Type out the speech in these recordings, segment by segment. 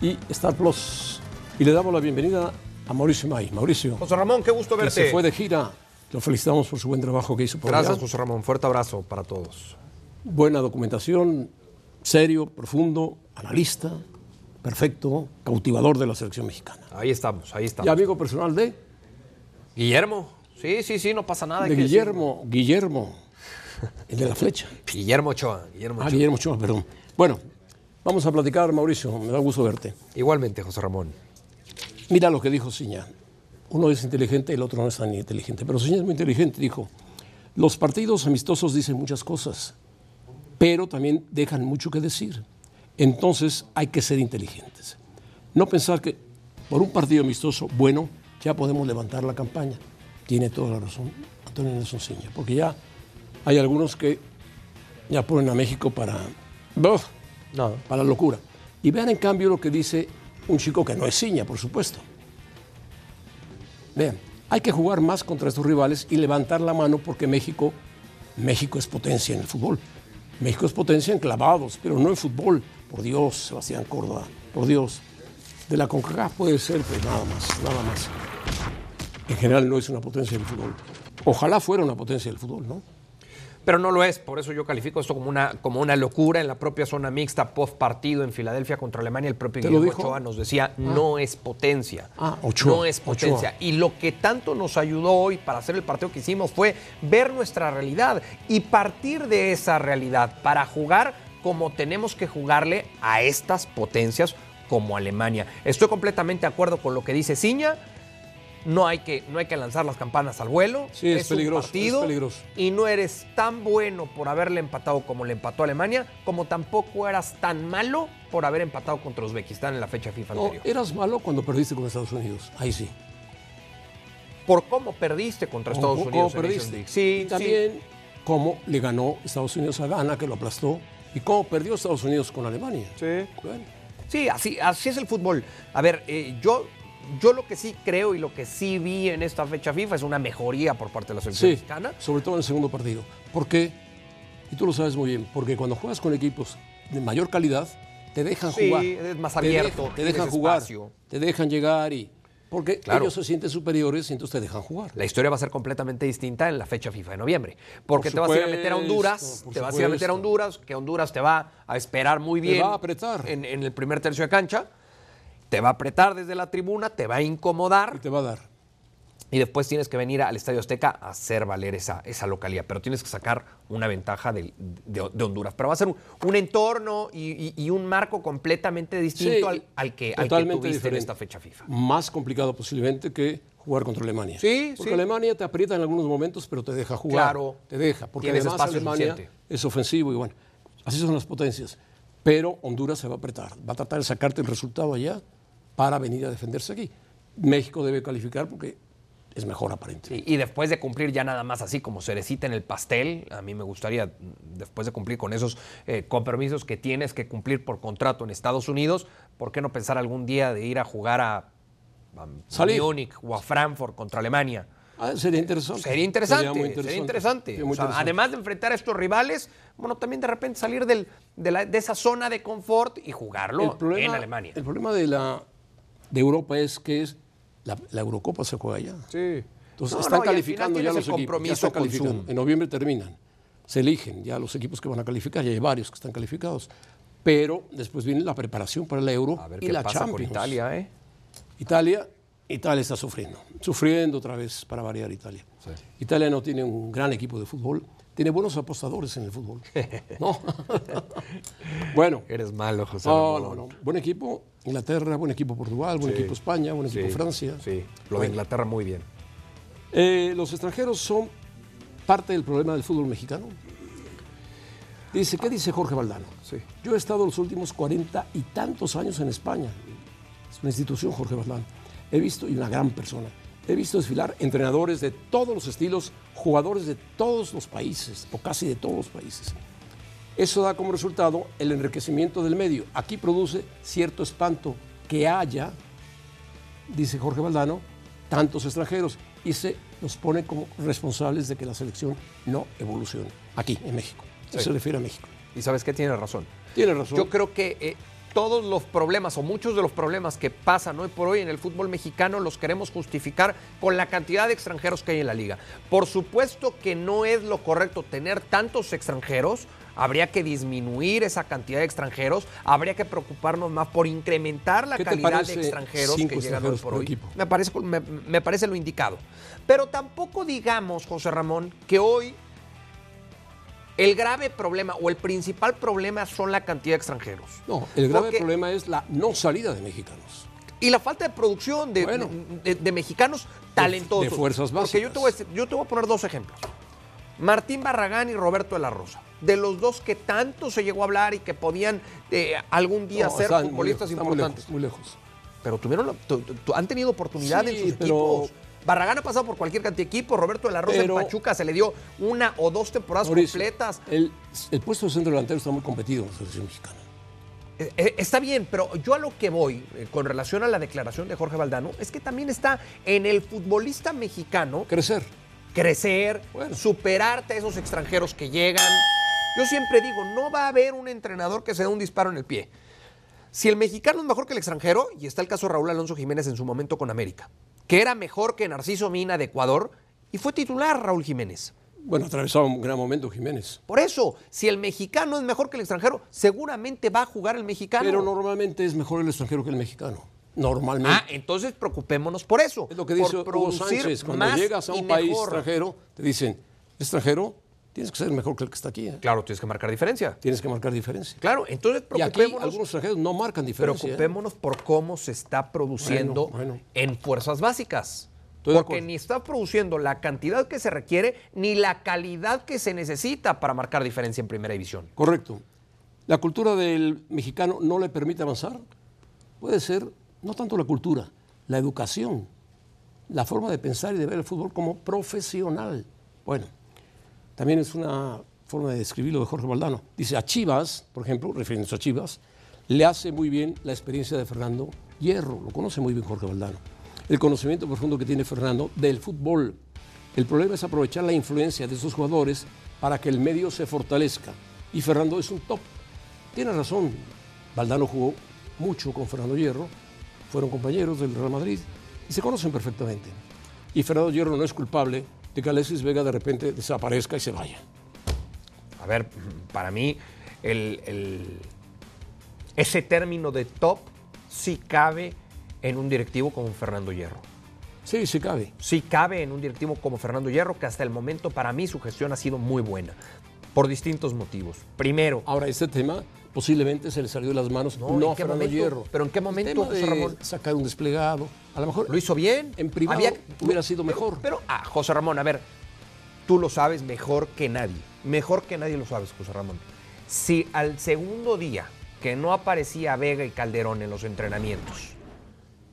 y Star Plus. Y le damos la bienvenida a Mauricio May. Mauricio. José Ramón, qué gusto que verte. se fue de gira. Lo felicitamos por su buen trabajo que hizo por Gracias, allá. José Ramón. Fuerte abrazo para todos. Buena documentación, serio, profundo, analista, perfecto, cautivador de la selección mexicana. Ahí estamos, ahí Y estamos. amigo personal de, Guillermo. Sí, sí, sí, no pasa nada. hay de que Guillermo, Guillermo, el de la flecha. decirlo. Guillermo Ochoa. Guillermo Ah, Ochoa. Guillermo Ochoa, perdón. Bueno, vamos a platicar, Mauricio, me da gusto verte. Igualmente, José Ramón. Mira lo que dijo Siña. Uno es inteligente, el otro no es tan inteligente. Pero Siña es muy inteligente. Dijo, los partidos amistosos dicen muchas cosas, pero también dejan mucho que decir. Entonces hay que ser inteligentes. No pensar que por un partido amistoso bueno ya podemos levantar la campaña. Tiene toda la razón Antonio Nelson Siña, porque ya hay algunos que ya ponen a México para... ¡Buf! No. para la locura. Y vean en cambio lo que dice un chico que no es ciña, por supuesto. Vean, hay que jugar más contra estos rivales y levantar la mano porque México, México es potencia en el fútbol. México es potencia en clavados, pero no en fútbol. Por Dios, Sebastián Córdoba, por Dios. De la CONCACAF puede ser, pero nada más, nada más. En general no es una potencia del fútbol. Ojalá fuera una potencia del fútbol, ¿no? Pero no lo es, por eso yo califico esto como una, como una locura en la propia zona mixta post partido en Filadelfia contra Alemania. El propio ¿Te lo Guillermo dijo? Ochoa nos decía, no es potencia. Ah, Ochoa, No es potencia. Ochoa. Y lo que tanto nos ayudó hoy para hacer el partido que hicimos fue ver nuestra realidad y partir de esa realidad para jugar como tenemos que jugarle a estas potencias como Alemania. Estoy completamente de acuerdo con lo que dice Ciña. No hay, que, no hay que lanzar las campanas al vuelo. Sí, es peligroso, Un partido es peligroso. Y no eres tan bueno por haberle empatado como le empató a Alemania, como tampoco eras tan malo por haber empatado contra Uzbekistán en la fecha FIFA No, eh, anterior. eras malo cuando perdiste con Estados Unidos. Ahí sí. por cómo perdiste contra Estados ¿Cómo- Unidos. cómo en Nations perdiste? League. Y Sí, también. también cómo le ganó Estados Unidos a Ghana, que lo aplastó, y cómo perdió Estados Unidos con Alemania. Sí. Bueno, Sí, así, así es el fútbol. A ver, eh, yo, yo lo que sí creo y lo que sí vi en esta fecha FIFA es una mejoría por parte de la selección sí, mexicana. sobre todo en el segundo partido. ¿Por qué? Y tú lo sabes muy bien, porque cuando juegas con equipos de mayor calidad, te dejan Sí, jugar. es más Te abierto, dejan- Te tienes dejan, jugar, espacio. te dejan llegar y... Porque Claro. ellos se sienten superiores y entonces te dejan jugar. La historia va a ser completamente distinta en la fecha FIFA de noviembre. Porque Por te vas a ir a meter a Honduras, supuesto, por te vas a ir a meter a supuesto. Honduras, que Honduras te va a esperar muy Te bien. va a apretar. En, en el primer tercio de cancha. Te va a apretar desde la tribuna, te va a incomodar. Y te va a dar. Y después tienes que venir al Estadio Azteca a hacer valer esa, esa localidad, pero tienes que sacar una ventaja del- de, de Honduras. Pero va a ser un, un entorno y, y- y un marco completamente distinto Sí, al, al que, al que totalmente tuviste en diferente. esta fecha FIFA. Más complicado posiblemente que jugar contra Alemania. Sí, Porque sí. Alemania te aprieta en algunos momentos, pero te deja jugar. Claro. Te deja, porque Tienes además espacio Alemania suficiente. es ofensivo y bueno, así son las potencias. Pero Honduras se va a apretar, va a tratar de sacarte el resultado allá para venir a defenderse aquí. México debe calificar porque es mejor aparente. Sí, y después de cumplir ya nada más así como cerecita en el pastel, a mí me gustaría, mm, después de cumplir con esos eh, compromisos que tienes que cumplir por contrato en Estados Unidos, ¿por qué no pensar algún día de ir a jugar a, a Salir. Múnich o a Frankfurt contra Alemania? Ah, sería interesante. Sería interesante, sería, muy interesante. Sería muy O sea, interesante. además de enfrentar a estos rivales, bueno, también de repente salir del- de, la- de esa zona de confort y jugarlo El problema- en Alemania. El problema de, la, de Europa es que es la, la Eurocopa se juega allá. Sí. Entonces están calificando ya los el equipos. ya compromiso están con calificando. Zoom. En noviembre terminan. Se eligen ya los equipos que van a calificar. Ya hay varios que están calificados. Pero después viene la preparación para el Euro A ver y qué la pasa con Champions. Italia, ¿eh? Italia, Italia está sufriendo. Sufriendo otra vez para variar Italia. Italia no tiene un gran equipo de fútbol, tiene buenos apostadores en el fútbol. ¿No? bueno. Eres malo, José. No, Ramón. no, no. Buen equipo Inglaterra, buen equipo Portugal, buen Sí. equipo España, buen equipo Sí, Francia. Sí, lo de Inglaterra muy bien. Eh, los extranjeros son parte del problema del fútbol mexicano. Dice, ¿qué dice Jorge Valdano? Sí. Yo he estado los últimos cuarenta y tantos años en España. Es una institución, Jorge Valdano. He visto, y una gran persona, he visto desfilar entrenadores de todos los estilos, jugadores de todos los países, o casi de todos los países. Eso da como resultado el enriquecimiento del medio. Aquí produce cierto espanto que haya, dice Jorge Valdano, tantos extranjeros y se los pone como responsables de que la selección no evolucione. Aquí, en México. Se refiere a México. Y sabes que tiene razón. Tiene razón. Yo creo que eh, todos los problemas o muchos de los problemas que pasan hoy por hoy en el fútbol mexicano los queremos justificar con la cantidad de extranjeros que hay en la liga. Por supuesto que no es lo correcto tener tantos extranjeros. Habría que disminuir esa cantidad de extranjeros, habría que preocuparnos más por incrementar la ¿Qué te calidad de parece extranjeros que cinco llegan hoy extranjeros por por hoy. equipo? Me parece, me- me parece lo indicado. Pero tampoco digamos, José Ramón, que hoy el grave problema o el principal problema son la cantidad de extranjeros. No, el grave Porque- problema es la no salida de mexicanos. Y la falta de producción de, Bueno. de- de mexicanos talentosos. de fuerzas Porque yo te, voy a, básicas. decir- yo te voy a poner dos ejemplos. Martín Barragán y Roberto de la Rosa. De los dos que tanto se llegó a hablar y que podían eh, algún día No, ser están muy futbolistas lejos, están importantes. Muy lejos, muy lejos. Pero tuvieron la- tu- tu- tu- han tenido oportunidad Sí, en sus pero- equipos. Barragán ha pasado por cualquier cantidad de equipos. Roberto de la Rosa Pero- en Pachuca se le dio una o dos temporadas Mauricio, completas. El, el puesto de centro delantero está muy competido en la selección mexicana. Eh, eh, Está bien, pero yo a lo que voy eh, con relación a la declaración de Jorge Valdano es que también está en el futbolista mexicano Crecer. crecer, Bueno. superarte a esos extranjeros que llegan. Yo siempre digo, no va a haber un entrenador que se dé un disparo en el pie. Si el mexicano es mejor que el extranjero, y está el caso de Raúl Alonso Jiménez en su momento con América, que era mejor que Narciso Mina de Ecuador, y fue titular Raúl Jiménez. Bueno, atravesaba un gran momento Jiménez. Por eso, si el mexicano es mejor que el extranjero, seguramente va a jugar el mexicano. Pero normalmente es mejor el extranjero que el mexicano. Normalmente. Ah, entonces preocupémonos por eso. es lo que dice por Hugo Sánchez. Cuando más llegas a y un país mejor. extranjero, te dicen, extranjero, tienes que ser mejor que el que está aquí. ¿eh? Claro, tienes que marcar diferencia. Tienes que marcar diferencia. Claro, entonces Y aquí preocupémonos. algunos extranjeros no marcan diferencia. ¿eh? Preocupémonos por cómo se está produciendo Bueno, bueno. en fuerzas básicas. Estoy de Porque acuerdo. ni está produciendo la cantidad que se requiere ni la calidad que se necesita para marcar diferencia en primera división. Correcto. ¿La cultura del mexicano no le permite avanzar? Puede ser, no tanto la cultura, la educación, la forma de pensar y de ver el fútbol como profesional. Bueno, también es una forma de describirlo de Jorge Valdano. Dice, a Chivas, por ejemplo, refiriéndose a Chivas, le hace muy bien la experiencia de Fernando Hierro, lo conoce muy bien Jorge Valdano. El conocimiento profundo que tiene Fernando del fútbol. El problema es aprovechar la influencia de esos jugadores para que el medio se fortalezca. Y Fernando es un top. Tiene razón, Valdano jugó mucho con Fernando Hierro, fueron compañeros del Real Madrid y se conocen perfectamente. Y Fernando Hierro no es culpable de que Alexis Vega de repente desaparezca y se vaya. A ver, para mí, el- el- ese término de top sí cabe en un directivo como Fernando Hierro. Sí, sí cabe. sí cabe en un directivo como Fernando Hierro, que hasta el momento para mí su gestión ha sido muy buena, por distintos motivos. Primero, Ahora, este tema posiblemente se le salió de las manos No, no, ¿en a qué Fernando momento? Hierro. ¿Pero en qué El momento, tema José de Ramón? sacar un desplegado. A lo mejor lo hizo bien. En privado hubiera sido mejor. Pero, pero, ah, José Ramón, a ver, tú lo sabes mejor que nadie. Mejor que nadie lo sabes, José Ramón. Si al segundo día que no aparecía Vega y Calderón en los entrenamientos,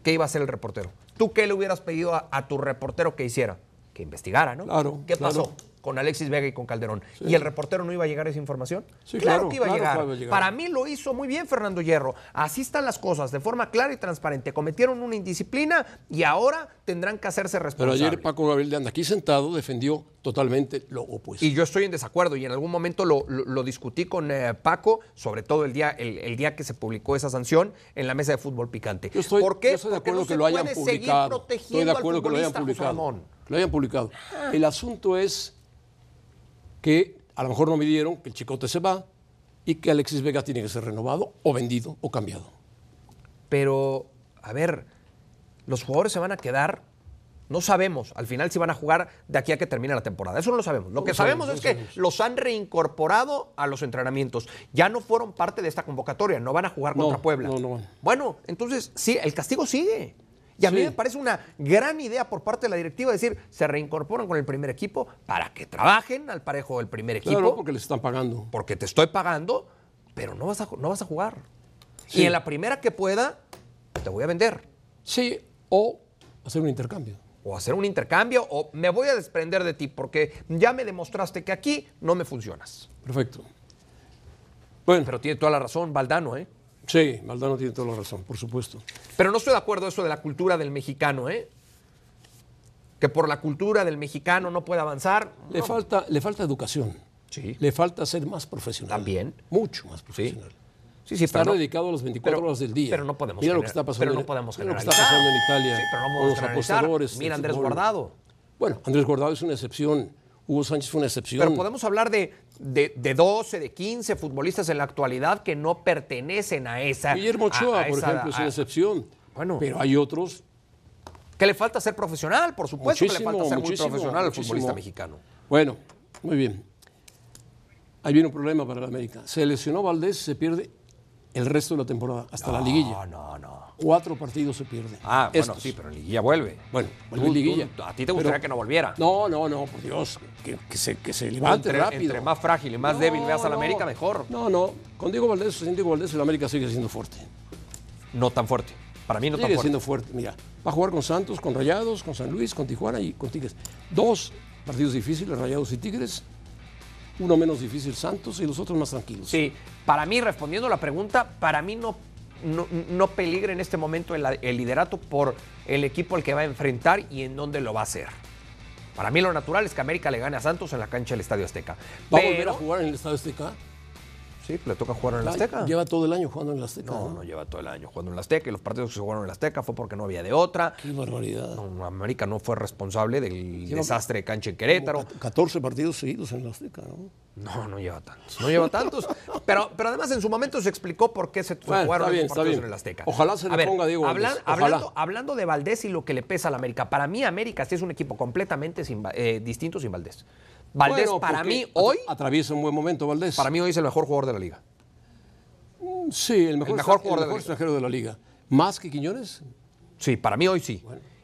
¿qué iba a hacer el reportero? ¿Tú qué le hubieras pedido a, a tu reportero que hiciera? Que investigara, ¿no? Claro, ¿Qué claro. pasó? Con Alexis Vega y con Calderón. ¿Y el reportero no iba a llegar a esa información? Sí, claro, claro, que iba a claro llegar. que iba a llegar. Para mí lo hizo muy bien Fernando Hierro. Así están las cosas, de forma clara y transparente. Cometieron una indisciplina y ahora tendrán que hacerse Pero responsables. ayer Paco Gabriel de Anda, aquí sentado, defendió totalmente lo opuesto. Y yo estoy en desacuerdo y en algún momento lo, lo- lo discutí con eh, Paco, sobre todo el día, el, el día que se publicó esa sanción en la mesa de fútbol picante. Yo estoy, ¿Por qué? yo estoy de Porque acuerdo no que se lo hayan puede seguir publicado. Estoy protegiendo de al acuerdo que lo hayan futbolista, José publicado. Ramón. Ah. Que lo hayan publicado. El asunto es que a lo mejor no midieron que el chicote se va y que Alexis Vega tiene que ser renovado o vendido o cambiado. Pero, a ver, los jugadores se van a quedar No sabemos al final si van a jugar de aquí a que termine la temporada. Eso no lo sabemos. Lo No que lo sabemos, sabemos, es no lo que los han reincorporado a los entrenamientos. Ya no fueron parte de esta convocatoria, no van a jugar No, contra Puebla. no, no van. Bueno, entonces sí, el castigo sigue. Y a mí Sí. me parece una gran idea por parte de la directiva decir, se reincorporan con el primer equipo para que trabajen al parejo del primer equipo, Claro, porque... porque les están pagando. te estoy pagando, pero no vas a, no vas a jugar. Sí. Y en la primera que pueda, te voy a vender Sí, o hacer un intercambio. o hacer un intercambio o me voy a desprender de ti porque ya me demostraste que aquí no me funcionas. Perfecto. Bueno, Pero tiene toda la razón Valdano, ¿eh? sí, Maldano tiene toda la razón, por supuesto. Pero no estoy de acuerdo eso de la cultura del mexicano, ¿eh? Que por la cultura del mexicano no puede avanzar. Le, No. falta, le falta educación. Sí. Le falta ser más profesional. También. Mucho más profesional. Sí, sí, Está pero no- dedicado a las 24 pero- horas del día. Pero no podemos Mira lo que gener- está pasando. Pero no en- podemos mira lo que está generalizar. pasando en Italia. Sí, pero no con podemos los generalizar. apostadores. Mira el Andrés fútbol. Guardado. Bueno, Andrés Guardado es una excepción. Hugo Sánchez fue una excepción. Pero podemos hablar de, de, de 12, de 15 futbolistas en la actualidad que no pertenecen a esa. Guillermo a- Ochoa, a por esa- ejemplo, es a- una excepción. Bueno. Pero hay otros Que le falta ser profesional, por supuesto que Pues le Muchísimo, falta ser muy muchísimo, profesional al muchísimo. futbolista mexicano. Bueno, muy bien. Ahí viene un problema para la América. Se lesionó Valdés, se pierde el resto de la temporada, hasta la liguilla. No, no, no. Cuatro partidos se pierden. Ah, bueno, Estos. sí, pero en Liguilla vuelve. Bueno, vuelve Tú- liguilla. tú- a ti te gustaría Pero- que no volviera. No, no, no, por Dios. Que, que se, que se Pero levante entre, rápido. entre más frágil y más No, débil veas a la no. América, mejor. No, No, no. Con Diego Valdés, sin Diego Valdés, el América sigue siendo fuerte. tan fuerte. Para mí no tan sigue fuerte. siendo fuerte. Mira, va a jugar con Santos, con Rayados, con San Luis, con Tijuana y con Tigres. Dos partidos difíciles, Rayados y Tigres. Uno menos difícil, Santos, y los otros más tranquilos. Sí, para mí, respondiendo la pregunta, para mí no, no, no peligra en este momento el, el liderato por el equipo al que va a enfrentar y en dónde lo va a hacer. Para mí lo natural es que América le gane a Santos en la cancha del Estadio Azteca. ¿Va Pero- a volver a jugar en el Estadio Azteca? Sí, le toca jugar en el Ah, Azteca. Lleva todo el año jugando en el Azteca. No, No, no lleva todo el año jugando en la Azteca y los partidos que se jugaron en la Azteca fue porque no había de otra. Qué barbaridad. No, América no fue responsable del Lleva- desastre de cancha en Querétaro. Como ca- 14 partidos seguidos en el Azteca, ¿no? No, no lleva tantos. No lleva tantos. Pero, pero además en su momento se explicó por qué se Bueno, jugaron está bien, esos está partidos bien. en el Azteca. Ojalá se A le ver, ponga a Diego hablan- Valdés, ojalá. hablando, hablando de Valdés y lo que le pesa a la América. Para mí, América sí es un equipo completamente sin Va- eh, distinto sin Valdés. Valdés, Bueno, para porque mí, at- hoy, Atraviesa un buen momento, Valdés. para mí hoy es el mejor jugador de la liga. Sí, el mejor, el mejor extra- jugador de la mejor liga. extranjero de la liga. ¿Más que Quiñones, Sí, para mí hoy sí.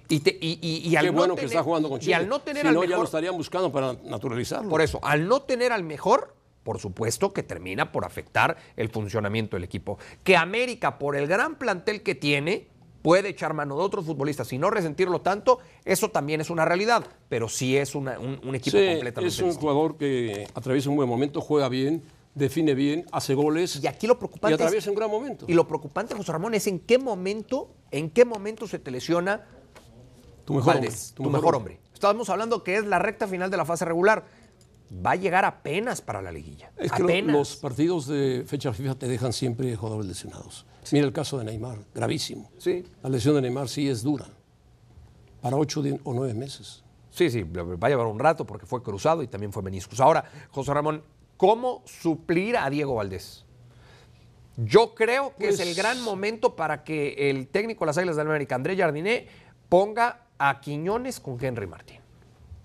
Y, te- y- y- y al Qué no bueno que tener- está jugando con Chile. Y al no tener si al no, ya lo mejor- estarían buscando para naturalizarlo. Por eso, al no tener al mejor, por supuesto que termina por afectar el funcionamiento del equipo. Que América, por el gran plantel que tiene, puede echar mano de otros futbolistas y no resentirlo tanto, eso también es una realidad, pero sí es una- un, un equipo Sí, completamente es un distinto. jugador que atraviesa un buen momento, juega bien, define bien, hace goles Y aquí lo y preocupante es- atraviesa un gran momento. y lo preocupante, José Ramón, es en qué momento, en qué momento se te lesiona tu mejor Valdés, hombre. tu mejor, hombre. Estábamos hablando que es la recta final de la fase regular. Va a llegar apenas para la liguilla. Es que lo- apenas. los partidos de fecha FIFA te dejan siempre jugadores lesionados. Mira el caso de Neymar, gravísimo. Sí. La lesión de Neymar sí es dura, para ocho die- o nueve meses. Sí, sí, lo- va a llevar un rato porque fue cruzado y también fue meniscos. Ahora, José Ramón, ¿cómo suplir a Diego Valdés? Yo creo que es Pues- el gran momento para que el técnico de las Águilas de América, André Jardiné, ponga a Quiñones con Henry Martín.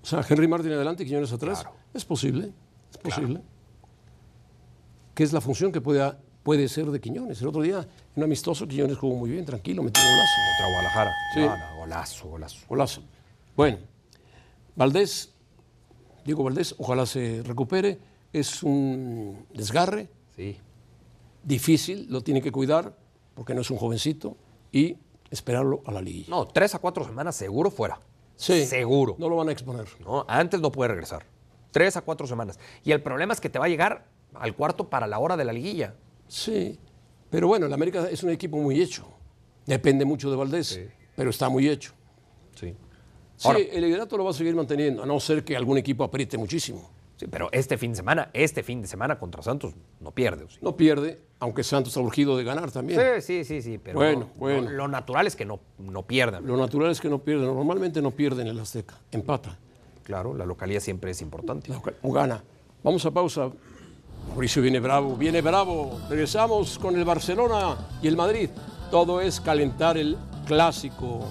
O sea, Henry Martin adelante y Quiñones atrás. Claro. Es posible, es posible. Que es la función que puede, puede ser de Quiñones. El otro día, en un amistoso, Quiñones jugó muy bien, tranquilo, metió un golazo. Contra Guadalajara. Sí. No, no, golazo, golazo. Golazo. Bueno, Valdés, Diego Valdés, ojalá se recupere. Es un desgarre Sí. difícil, lo tiene que cuidar porque no es un jovencito y esperarlo a la liguilla. No, tres a cuatro semanas seguro fuera. Sí, Seguro. No lo van a exponer. ¿no? Antes no puede regresar. Tres a cuatro semanas. Y el problema es que te va a llegar al cuarto para la hora de la liguilla. Sí, pero bueno, el América es un equipo muy hecho. Depende mucho de Valdés, pero está muy hecho. Sí. Sí, Ahora- el liderato lo va a seguir manteniendo, a no ser que algún equipo apriete muchísimo. Sí, pero este fin de semana, este fin de semana contra Santos no pierde. ¿o sí? No pierde, aunque Santos ha urgido de ganar también. Sí, sí, sí, sí, pero Bueno, no- no- bueno. lo natural es que no, no pierdan. Lo natural es que no pierden. Normalmente no pierden el Azteca. Empata. Claro, la localidad siempre es importante. la- O gana. Vamos a pausa. Mauricio viene bravo, viene bravo. Regresamos con el Barcelona y el Madrid. Todo es calentar el clásico.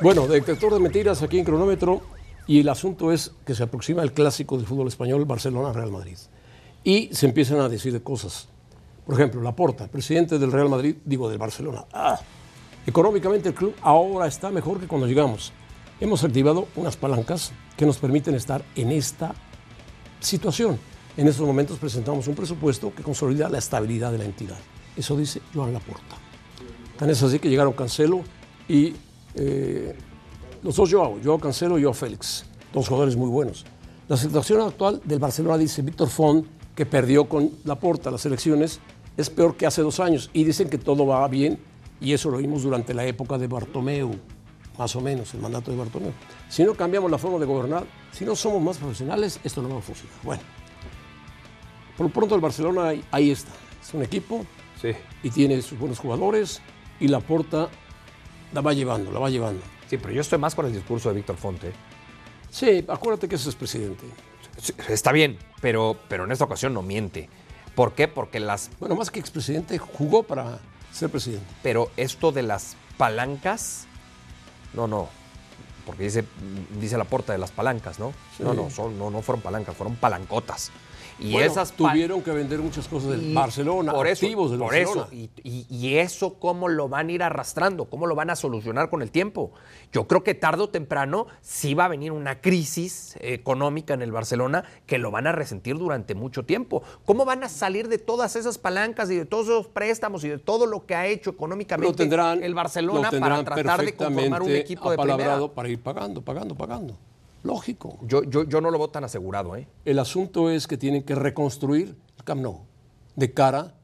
Bueno, detector de mentiras aquí en cronómetro y el asunto es que se aproxima el clásico del fútbol español, Barcelona-Real Madrid. Y se empiezan a decir cosas. Por ejemplo, Laporta, presidente del Real Madrid, digo del Barcelona. Ah, económicamente el club ahora está mejor que cuando llegamos. Hemos activado unas palancas que nos permiten estar en esta situación. En estos momentos presentamos un presupuesto que consolida la estabilidad de la entidad. Eso dice Joan Laporta. Tan es así que llegaron Cancelo y eh, los dos Joao, Joao Cancelo y Joao Félix, dos jugadores muy buenos. La situación actual del Barcelona, dice Víctor Font, que perdió con Laporta las elecciones, es peor que hace dos años y dicen que todo va bien y eso lo vimos durante la época de Bartomeu, más o menos, el mandato de Bartomeu. Si no cambiamos la forma de gobernar, si no somos más profesionales, esto no va a funcionar. Bueno, por lo pronto el Barcelona ahí, ahí está, es un equipo Sí. y tiene sus buenos jugadores y Laporta la va llevando, la va llevando. Sí, pero yo estoy más con el discurso de Víctor Fonte. Sí, acuérdate que ese es presidente. Sí, Está bien, pero, pero en esta ocasión no miente. ¿Por qué? Porque las. Bueno, más que expresidente, jugó para ser presidente. Pero esto de las palancas. No, no. Porque dice, dice la porta de las palancas, ¿no? Sí. No, no, son, no, no fueron palancas, fueron palancotas. Y Bueno, esas pal- tuvieron que vender muchas cosas del Y Barcelona, por eso, activos del por Barcelona. eso. Y, y- y eso cómo lo van a ir arrastrando, cómo lo van a solucionar con el tiempo. Yo creo que tarde o temprano sí va a venir una crisis económica en el Barcelona que lo van a resentir durante mucho tiempo. ¿Cómo van a salir de todas esas palancas y de todos esos préstamos y de todo lo que ha hecho económicamente lo tendrán, el lo Barcelona tendrán para tratar de conformar un perfectamente equipo de apalabrado primera? para ir pagando, pagando, pagando. Lógico. Yo, yo, yo no lo veo tan asegurado, ¿eh? El asunto es que tienen que reconstruir el Camp Nou de cara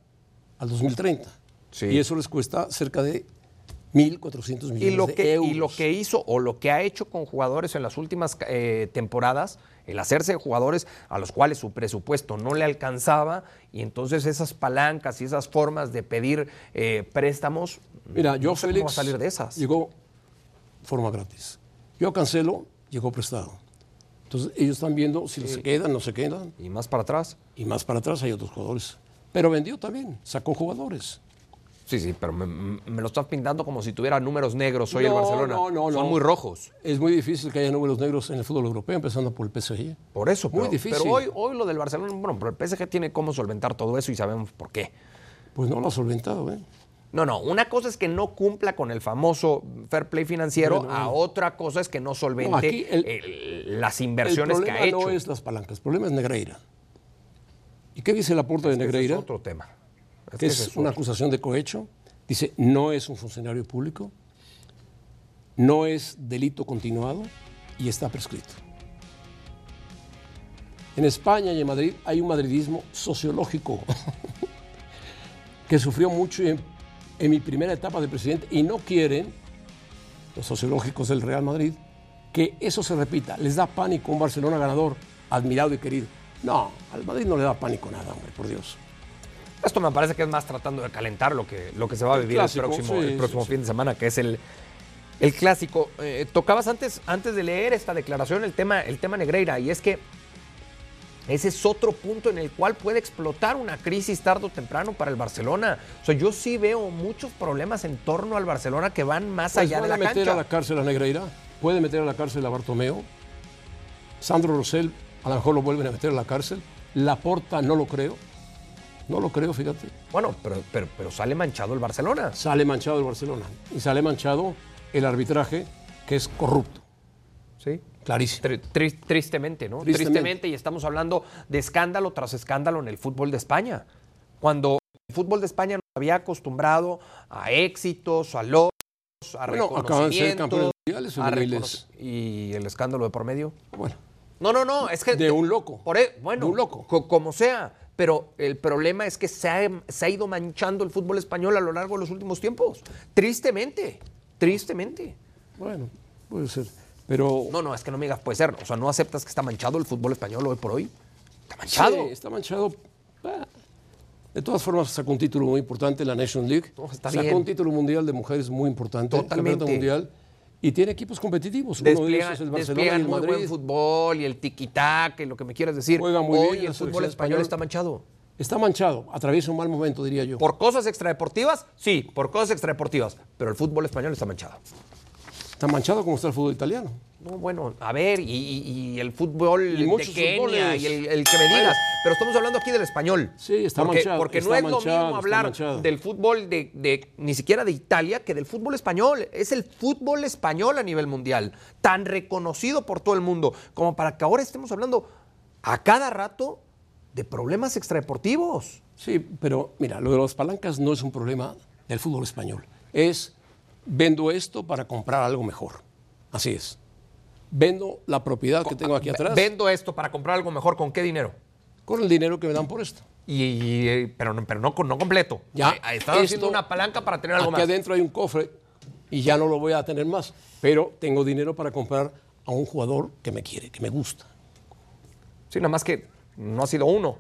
al 2030. Sí. Y eso les cuesta cerca de 1.400 millones Y lo, de que, euros. y lo que hizo o lo que ha hecho con jugadores en las últimas eh, temporadas, el hacerse de jugadores a los cuales su presupuesto no le alcanzaba, y entonces esas palancas y esas formas de pedir eh, préstamos, Mira, yo no sé Félix cómo va a salir de esas. llegó forma gratis. Yo Cancelo llegó prestado. Entonces ellos están viendo si se quedan, no se quedan. Y más para atrás. Y más para atrás hay otros jugadores. Pero vendió también, sacó jugadores. Sí, sí, pero me, me lo estás pintando como si tuviera números negros hoy el No, Barcelona. no, no, Son no. muy rojos. Es muy difícil que haya números negros en el fútbol europeo, empezando por el PSG. Por eso, Muy pero, difícil. pero hoy, hoy lo del Barcelona, bueno, pero el PSG tiene cómo solventar todo eso y sabemos por qué. Pues no lo ha solventado, ¿eh? No, no, una cosa es que no cumpla con el famoso fair play financiero, Bueno, eh. a otra cosa es que no solvente No, aquí el- el- las El inversiones que problema ha hecho. no es las palancas, el problema es Negreira. ¿Y qué dice la puerta de Ese Negreira? es otro tema. que Ese es una otro. acusación de cohecho. Dice, no es un funcionario público, no es delito continuado y está prescrito. En España y en Madrid hay un madridismo sociológico que sufrió mucho en, en mi primera etapa de presidente y no quieren, los sociológicos del Real Madrid, que eso se repita. Les da pánico un Barcelona ganador, admirado y querido. No, al Madrid no le da pánico nada, hombre, por Dios. Esto me parece que es más tratando de calentar lo que, lo que se va a vivir el, clásico, próximo, sí, el próximo sí, fin de semana, que es el, el clásico. Eh, tocabas antes, antes de leer esta declaración el tema, el tema Negreira, y es que Ese es otro punto en el cual puede explotar una crisis tarde o temprano para el Barcelona. O sea, yo sí veo muchos problemas en torno al Barcelona que van más Pues allá van de la a meter cancha. a la cárcel a Negreira, puede meter a la cárcel a Bartomeo, Sandro Rosell a lo mejor lo vuelven a meter a la cárcel, Laporta no lo creo, no lo creo, fíjate, Bueno, pero, pero, pero sale manchado el Barcelona. sale manchado el Barcelona y sale manchado el arbitraje que es corrupto, Sí. clarísimo. tristemente, ¿no? Tristemente. Tristemente. y estamos hablando de escándalo tras escándalo en el fútbol de España. Cuando el fútbol de España nos había acostumbrado a éxitos, a logros, a Bueno, acaban de ser campeones reconocimientos, mundiales a juveniles. reconoci- y el escándalo de por medio. Bueno, No, no, no, es que de un loco. Por e- bueno, De un loco. co- como sea. Pero el problema es que se ha, se ha ido manchando el fútbol español a lo largo de los últimos tiempos. Tristemente, tristemente. Bueno, puede ser, pero No, no, es que no me digas, puede ser. O sea, no aceptas que está manchado el fútbol español hoy por hoy. Está Sí, manchado. está manchado. Bah. De todas formas, sacó un título muy importante en la Nation League. No, Oh, está sacó bien. un título mundial de mujeres muy importante. Totalmente. campeonato mundial. Y tiene equipos competitivos. Uno de Despliega- ellos es el Barcelona y despliegan el muy Madrid. buen fútbol y el tiquitac y lo que me quieras decir. Juega muy hoy bien la el fútbol selección español, española. está manchado. Está manchado. Atraviesa un mal momento, diría yo. ¿Por cosas extradeportivas? Sí, por cosas extradeportivas. Pero el fútbol español está manchado. Tan manchado como está el fútbol italiano. No, bueno, a ver, y, y- y el fútbol Y de muchos Kenia fútboles. y el, el que me digas. Pero estamos hablando aquí del español. Sí, está porque, manchado, Porque no está es lo manchado, mismo está hablar manchado. del fútbol de, de- ni siquiera de Italia que del fútbol español. Es el fútbol español a nivel mundial, tan reconocido por todo el mundo, como para que ahora estemos hablando a cada rato de problemas extradeportivos. Sí, pero mira, lo de las palancas no es un problema del fútbol español. Es vendo esto para comprar algo mejor. Así es. Vendo la propiedad que tengo ah, aquí atrás Vendo esto para comprar algo mejor, ¿con qué dinero? con el dinero que me dan por esto. Y, y, eh, pero, no- pero no, con- no completo. Ya, Eh, Estás haciendo esto- una palanca para tener algo Aquí más. adentro hay un cofre y ya no lo voy a tener más, pero tengo dinero para comprar a un jugador que me quiere, que me gusta. Sí, nada más que no ha sido uno.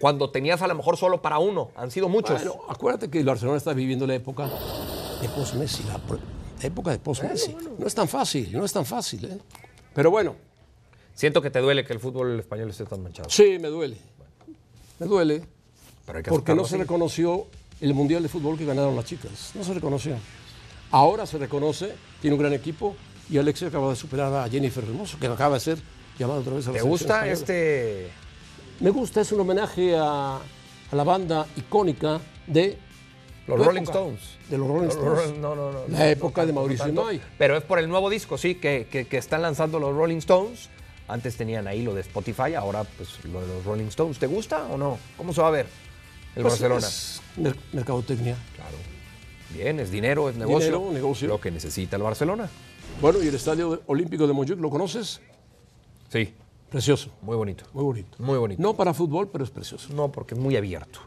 Cuando tenías a lo mejor solo para uno, han sido muchos. Bueno, acuérdate que el Barcelona está viviendo la época de post-Messi, la, pro- la época de post-Messi. No es tan fácil, no es tan fácil. ¿eh? Pero bueno, Siento que te duele que el fútbol español esté tan manchado. sí, me duele. Me duele Pero hay que porque no se aceptarlo así. reconoció el Mundial de Fútbol que ganaron las chicas. No se reconoció. Ahora se reconoce, tiene un gran equipo y Alexia acaba de superar a Jennifer Hermoso, que acaba de ser llamada otra vez a la ¿Te selección gusta española. este...? Me gusta, es un homenaje a, a la banda icónica de Los tu Rolling época, Stones. De los Rolling Stones. No, no, no. La no época de tanto, no Mauricio tanto. Noy. Pero es por el nuevo disco, sí, que, que- que están lanzando los Rolling Stones. Antes tenían ahí lo de Spotify, ahora pues lo de los Rolling Stones. ¿Te gusta o no? ¿Cómo se va a ver el Pues Barcelona? es mer- mercadotecnia. Claro. Bien, es dinero, es negocio. Dinero, negocio. Lo que necesita el Barcelona. Bueno, y el Estadio Olímpico de Montjuic, ¿lo conoces? Sí. Precioso, Muy bonito. muy bonito. Muy bonito. No para fútbol, pero es precioso. No, porque es muy abierto.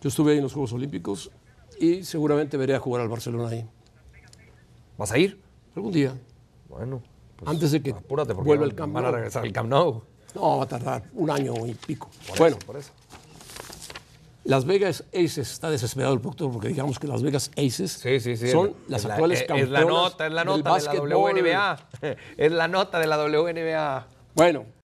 Yo estuve ahí en los Juegos Olímpicos y seguramente veré a jugar al Barcelona ahí. ¿Vas a ir? Algún día. Bueno. pues, Antes de que apúrate porque vuelva van- el Camp van a Nou. regresar al Camp Nou. No, va a tardar un año y pico. bueno, por eso. Las Vegas Aces, está desesperado el productor porque digamos que Las Vegas Aces Sí, sí, sí. son Es las la- actuales es- campeonas Es la nota, es la del nota de la básquetbol. WNBA. Es la nota de la WNBA. Bueno,